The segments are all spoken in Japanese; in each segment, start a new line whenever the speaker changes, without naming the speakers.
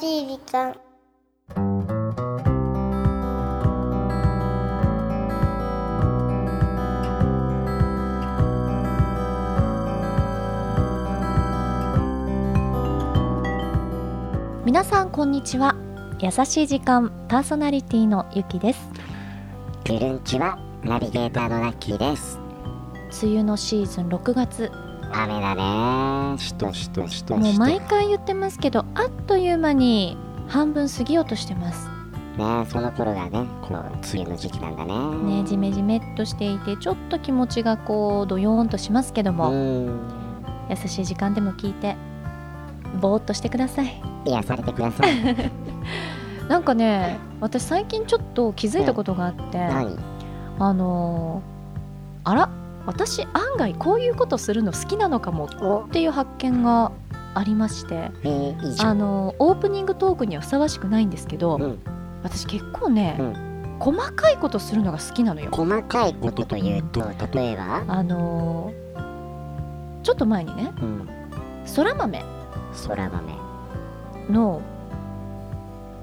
しい時間
皆さんこんにちは優しい時間パーソナリティのゆきです
くるんちはナビゲーターのラッキーです
梅雨のシーズン6月
雨だねしとしとしと
もう
しと
毎回言ってますけどあっという間に半分過ぎようとしてます
ねその頃がねこう梅雨の時期なんだね
ねジメジメっとしていてちょっと気持ちがこうドヨーンとしますけど
う
も、
ん
優しい時間でも聞いてぼーっとしてください
癒されてく ださい
なんかね私最近ちょっと気づいたことがあって、
何
あのーあら私案外こういうことするの好きなのかも
お
っていう発見がありまして
えー、いいじゃ
あ
ん
のオープニングトークにはふさわしくないんですけど、
うん
私結構ね、
う
細かいことするのが好きなのよ。
細かいことというと例えば
あのーちょっと前にね
うん
そら豆
空豆
の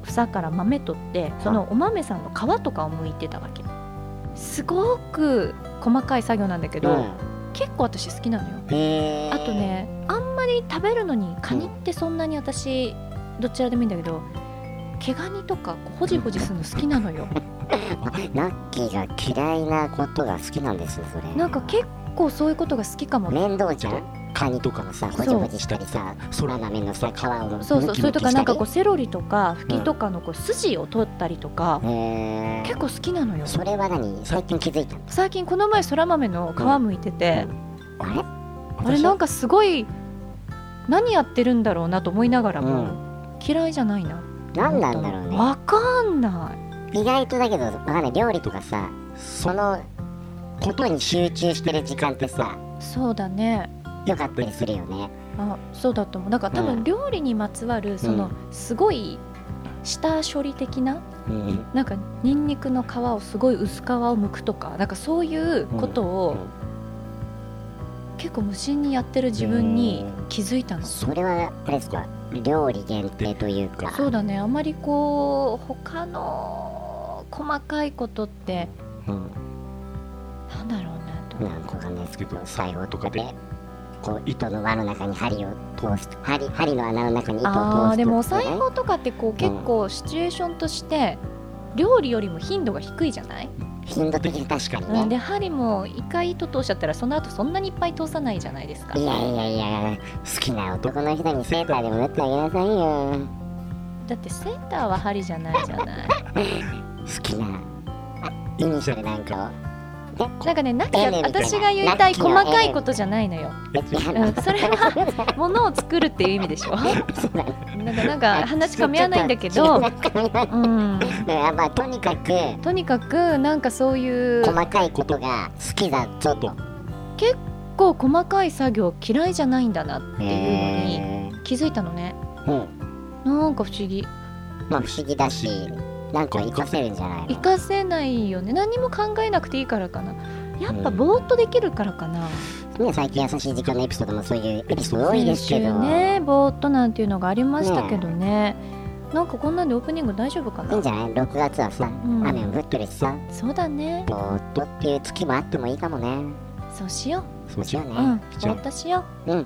房から豆取ってそのお豆さんの皮とかを剥いてたわけすごく細かい作業なんだけど、結構私好きなのよ
うんえー、
あとねあんまり食べるのにカニってそんなに私どちらでもいいんだけど毛ガニとかこうほじほじするの好きなのよ
ラッキーが嫌いなことが好きなんですねそれ
なんか結構そういうことが好きかも
面倒じゃんカニとかもさほじほじしたりさ空豆のさ皮を
そうそう
ムキムキ
それとか
し
なん
た
か
り
こうセロリとかふきとかのこう筋を取ったりとか
えー
結構好きなのよ
それは何最近気づいたの
最近この前そら豆の皮むいてて、
あれ
あれなんか
か
すごい何やってるんだろうなと思いながらも、
う
嫌いじゃないな
何なんだろうね
わかんない
意外とだけどわかんない料理とかさそのことに集中してる時間ってさ
そうだね
よかったりするよね
あそうだと思うだから多
う
分
ん
料理にまつわるそうのすごい下処理的な
うん
なんかニンニクの皮をすごい薄皮を剥くとかなんかそういうこと
うん
を
うん
結構無心にやってる自分に気づいたの
それはあれですか料理限定というか
そうだねあまりこう他の細かいことって
うん
なんだろうなと
なんかわかんないですけど裁縫とかでこう糸の輪の中に針を通す針針の穴の中に糸を通す
あーでもお
とかね
裁縫とかってこう結構シチュエーションとして料理よりも頻度が低いじゃない、
頻度的に確か
うん、
に
で
ね
針も一回糸通しちゃったらその後そんなにいっぱい通さないじゃないですか
いやいやいや好きな男の人にセーターでも縫ってあげなさいよ
だってセーターは針じゃないじゃない
好きなイニシャルなんかをね
なんか ねなんか
ええねみたいな
私が言いたい
ラッキ
細
ーな
かいことじゃないのよ、
やつや
うん
る、
それは物を作るっていう意味でし ょなん
そうだね
かなんか話かみ合わないんだけ
ちょっ
ど
と噛み合わない
うん
やっぱとにかく
とにかくなんかそういう
細かいことが好きだぞと
結構細かい作業嫌いじゃないんだなっていうのに
え
気づいたのね
ーうん
なんか不思議
まあ不思議だしなんか活かせるんじゃない
活
の
かせないよね何も考えなくていいからかなやっぱ
うん
ぼーっとできるからかな、
ね最近優しい時間のエピソードもそういうエピソード多いですけど
先週ねぼーっとなんていうのがありましたけどねなんかこんなんでオープニング大丈夫か
いい
なん
じゃない6月はさ、
ん
雨も降ってるしさ
そうだね
ぼーっとっていう月もあってもいいかもね
そうしよ
そうしようね、
ううん
じ
ぼ
ゃ
ーっとしよう
うん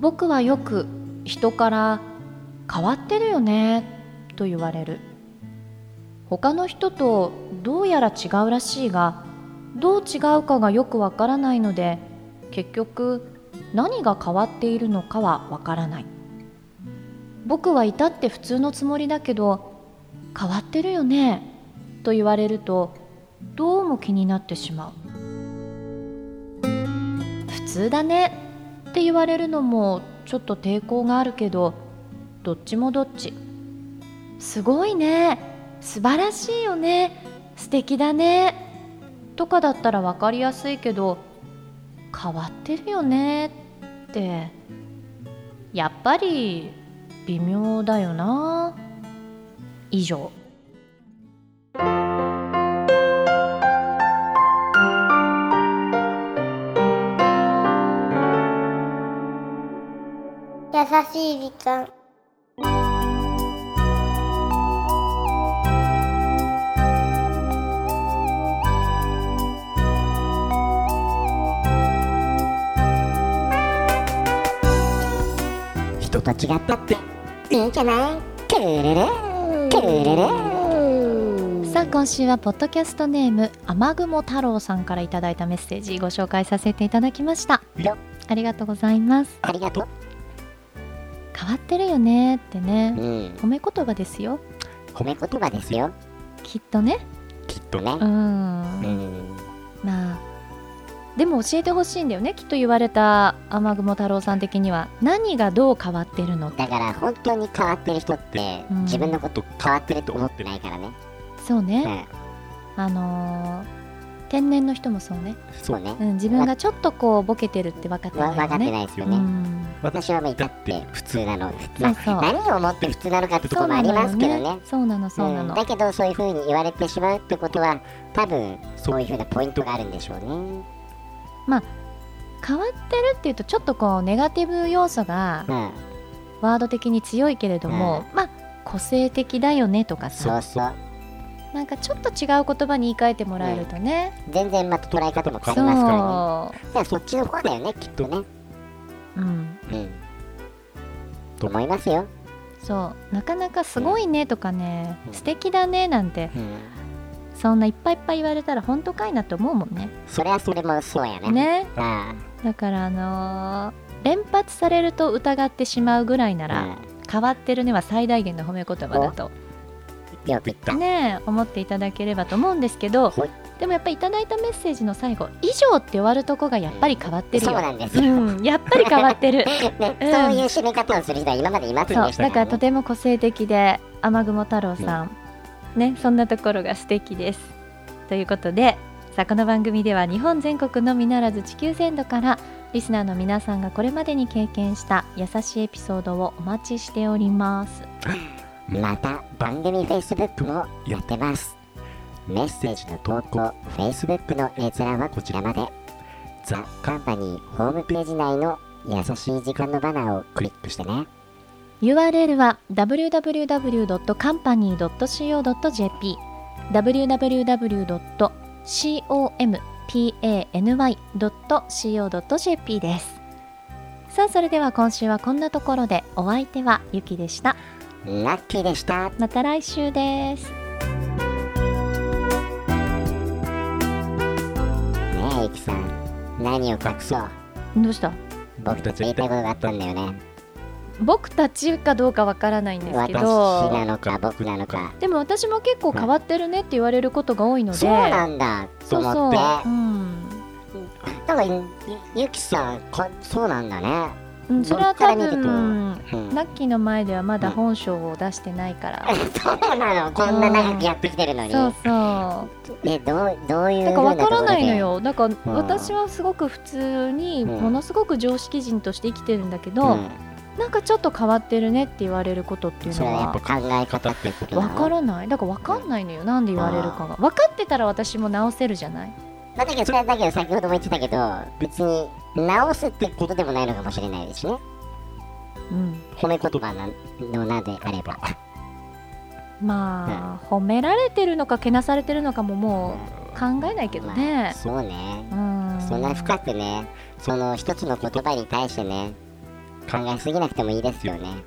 僕はよく人から変わってるよねと言われる他の人とどうやら違うらしいがどう違うかがよくわからないので結局何が変わっているのかはわからない僕は至って普通のつもりだけど変わってるよねと言われるとどうも気になってしまう普通だねって言われるのもちょっと抵抗があるけどどっちもどっちすごいね素晴らしいよね素敵だねとかだったら分かりやすいけど変わってるよねってやっぱり微妙だよな以上
優しい時間
人と違ったって
いいんじゃない
くるるくるる
さあ今週はポッドキャストネーム雨雲太郎さんからいただいたメッセージご紹介させていただきました
よ
ありがとうございます
ありがとう
変わってるよねってね
うん
褒め言葉ですよ
褒め言葉ですよ
きっとね
きっとね
うん
うん
まあでも教えてほしいんだよねきっと言われた雨雲太郎さん的には何がどう変わってるの
だから本当に変わってる人って
うん
自分のこと変わってると思ってないからね
そう
う
ね、
ん
あのー天然の人もそうね、
そうね
うん、自分がちょっとこうボケてるって分かってな
わ
い
分
よ
かって
ね
ないですよ
う
ね
ん
私はもう至って普通なの
そ
ま
うそう
あ何を思って普通なのかってとこもありますけどね
そうなのそうな
うん
の、
だけどそういうふうに言われてしまうってことは多分そういうふうなポイントがあるんでしょうね
変わってるっていうとちょっとこうネガティブ要素が
うん
ワード的に強いけれども、まあ個性的だよねとか
そ
さ
うそう
なんかちょっと違う言葉に言い換えてもらえるとね、
全然また捉え方も変わりますからね
そ
だからそっちの方だよねきっとね
う、うん、
うんと思いますよ、
そうなかなかすごいねとかね、素敵だねなんて
うん、
そんないっぱいいっぱい言われたら本当かいなと思うもんね
それはそれもそうやね
ね
あ
だからあのー連発されると疑ってしまうぐらいな
あ
ら、変わってるねは最大限の褒め言葉だと
うんよく言った、
ねえ思っていただければと思うんですけど
はい
でもやっぱりいただいたメッセージの最後「以上」って終わるとこがやっぱり変わってる
そう
よ。
なんです
う
よ、
ん、やっぱり変わってる
ね、そういう締め方をする人は今までいません
そ
で
う
した
だから
か
と
ら、ね、
ても個性的で雨雲太郎さん、ねそんなところが素敵ですということでさあこの番組では日本全国のみならず地球全土からリスナーの皆さんがこれまでに経験した優しいエピソードをお待ちしております
また番組 Facebook もやってますメッセージの投稿 Facebook の閲覧はこちらまでザ・カンパニーホームページ内の優しい時間のバナーをクリックしてね
URL は www.company.co.jp www.company.co.jp ですさあそれでは今週はこんなところでお相手はゆきでした
ラッキーでした
また来週です
ねえゆきさん何を隠そう
どうした
僕たち言いたいことがあったんだよね
僕たちかどうかわからないんです
私
け
な
ど
のか僕なのか
でも私も結構変わってるねって言われることが多いので
そうなんだ
そう
と思って
そううん
なんかゆゆきさんかそうなんだね
うんそれは多
僕から見
分
うん
ラッキーの前ではまだ本性を出してないから、
そうなのこんな長くやってきてるのに
そうそう
えどうどういう
だから
わ
分からないのよだから
うん
私はすごく普通に
うん
ものすごく常識人として生きてるんだけ
う
ど、
ん、
なんかちょっと変わってるねって言われることっていう
そ
の
れはやっ
は
ぱ考え方ってことな
分
の
からないだから分かんないのよなんで言われるかが分かってたら私も直せるじゃない
まあ、だけどそれはだけど先ほども言ってたけど別に直すってことでもないのかもしれないですしね
うん
褒め言葉なのなであれば
まあ、褒められてるのかけなされてるのかももう考えないけど
まあ
ね、
そうね
うん
そんな深くねその一つの言葉に対してね考えすぎなくてもいいですよね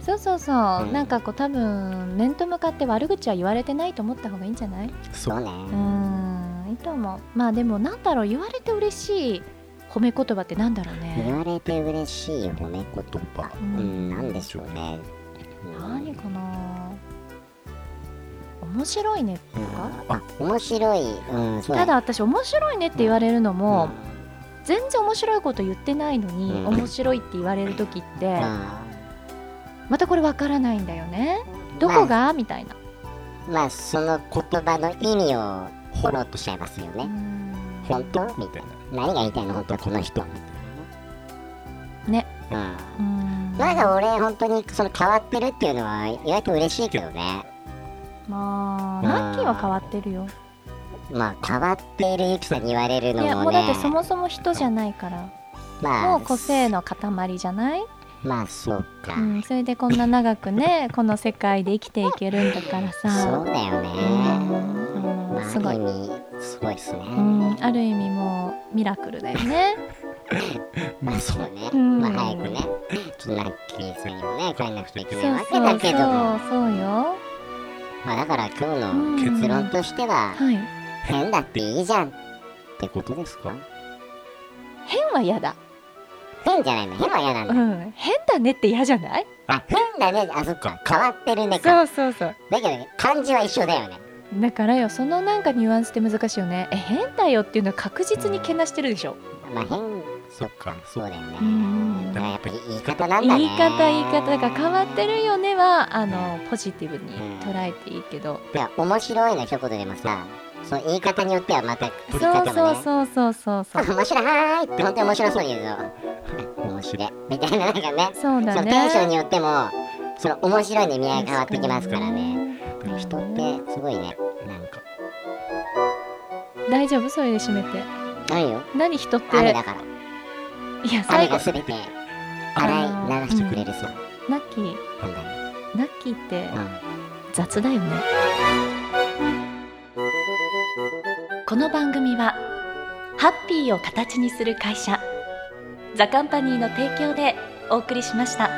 そうそうそう、
うん
なんかこう多分面と向かって悪口は言われてないと思った方がいいんじゃない
そうね
うーんいいと思うまあでもなんだろう言われて嬉しい褒め言葉ってなんだろう
言
ね、
われて嬉しい褒め言葉う
うん
んなんでしょうね
何かな面白いねと
うん
か、
あ面白いうんそう
ただ私面白いねって言われるのも、
う
全然面白いこと言ってないのに、
うん
面白いって言われる時って、
んあ
またこれわからないんだよねどこが、みたいな
ーまあその言葉の意味をフォローとしちゃいますよ
うー
ね
ん
本当みたいな何が言いたいの本当はこの人
ね
うん
うん
なんか俺本当にその変わってるっていうのは意外と嬉しいけどね
まあナッキーは変わってるよ
まあ変わっているゆきさんに言われる
い
のもね
やもうだってそもそも人じゃないから
ま
も
あ
う個性の塊じゃない、
まあそうか、
うん、それでこんな長く ねこの世界で生きていけるんだから
そ
さ
うだよ
う
ね、
んうん
まあ、
すごい
ある意味すごいですね、
うん、ある意味もうミラクルだよね。
まあそうね、
うん
まあ早くねちょっとラッキーさんにもね帰んなくちゃいけ
そう
な
そ
いうわ
そ
け
う
だけども
そうよ。
まあだから今日の結論としては、
はい。
変だっていいじゃんってことですか
変は嫌だ。
変じゃないの変は嫌なん
う
だ、
ん。変だねって嫌じゃない？
あ変だねあそっか変わってるねか
そうそうそう。
だけどね漢字は一緒だよね
だからよそのなんかニュアンスって難しいよね。え変だよっていうのは確実にけなしてるでしょ。
まあ変そっかそうだよね、
うん
だからやっぱり言い方なんだ
言
ね
い方言い方だから変わってるよねはあのポジティブに捉えていいけど。
いや面白いの一言でもさその言い方によってはまた
そ
振
う
り方
そ
も
う
ね
そうそうそうそ
あ
う。
面白いはーいって本当に面白そうに言うぞ 面白いみたいななんかね
そうだ
その
ね。
テンションによってもその面白いの意味合いが変わってきますからね
確かにね。
人ってすごいねなんか
大丈夫それで締めて。
何よ
何人って
雨だから
いや
雨
最後
が全て
あ
洗い
ー
流してくれるさ、
ナッキー
なんだよ
ナッキーって
うん
雑だよねこの番組はハッピーを形にする会社ザカンパニーの提供でお送りしました。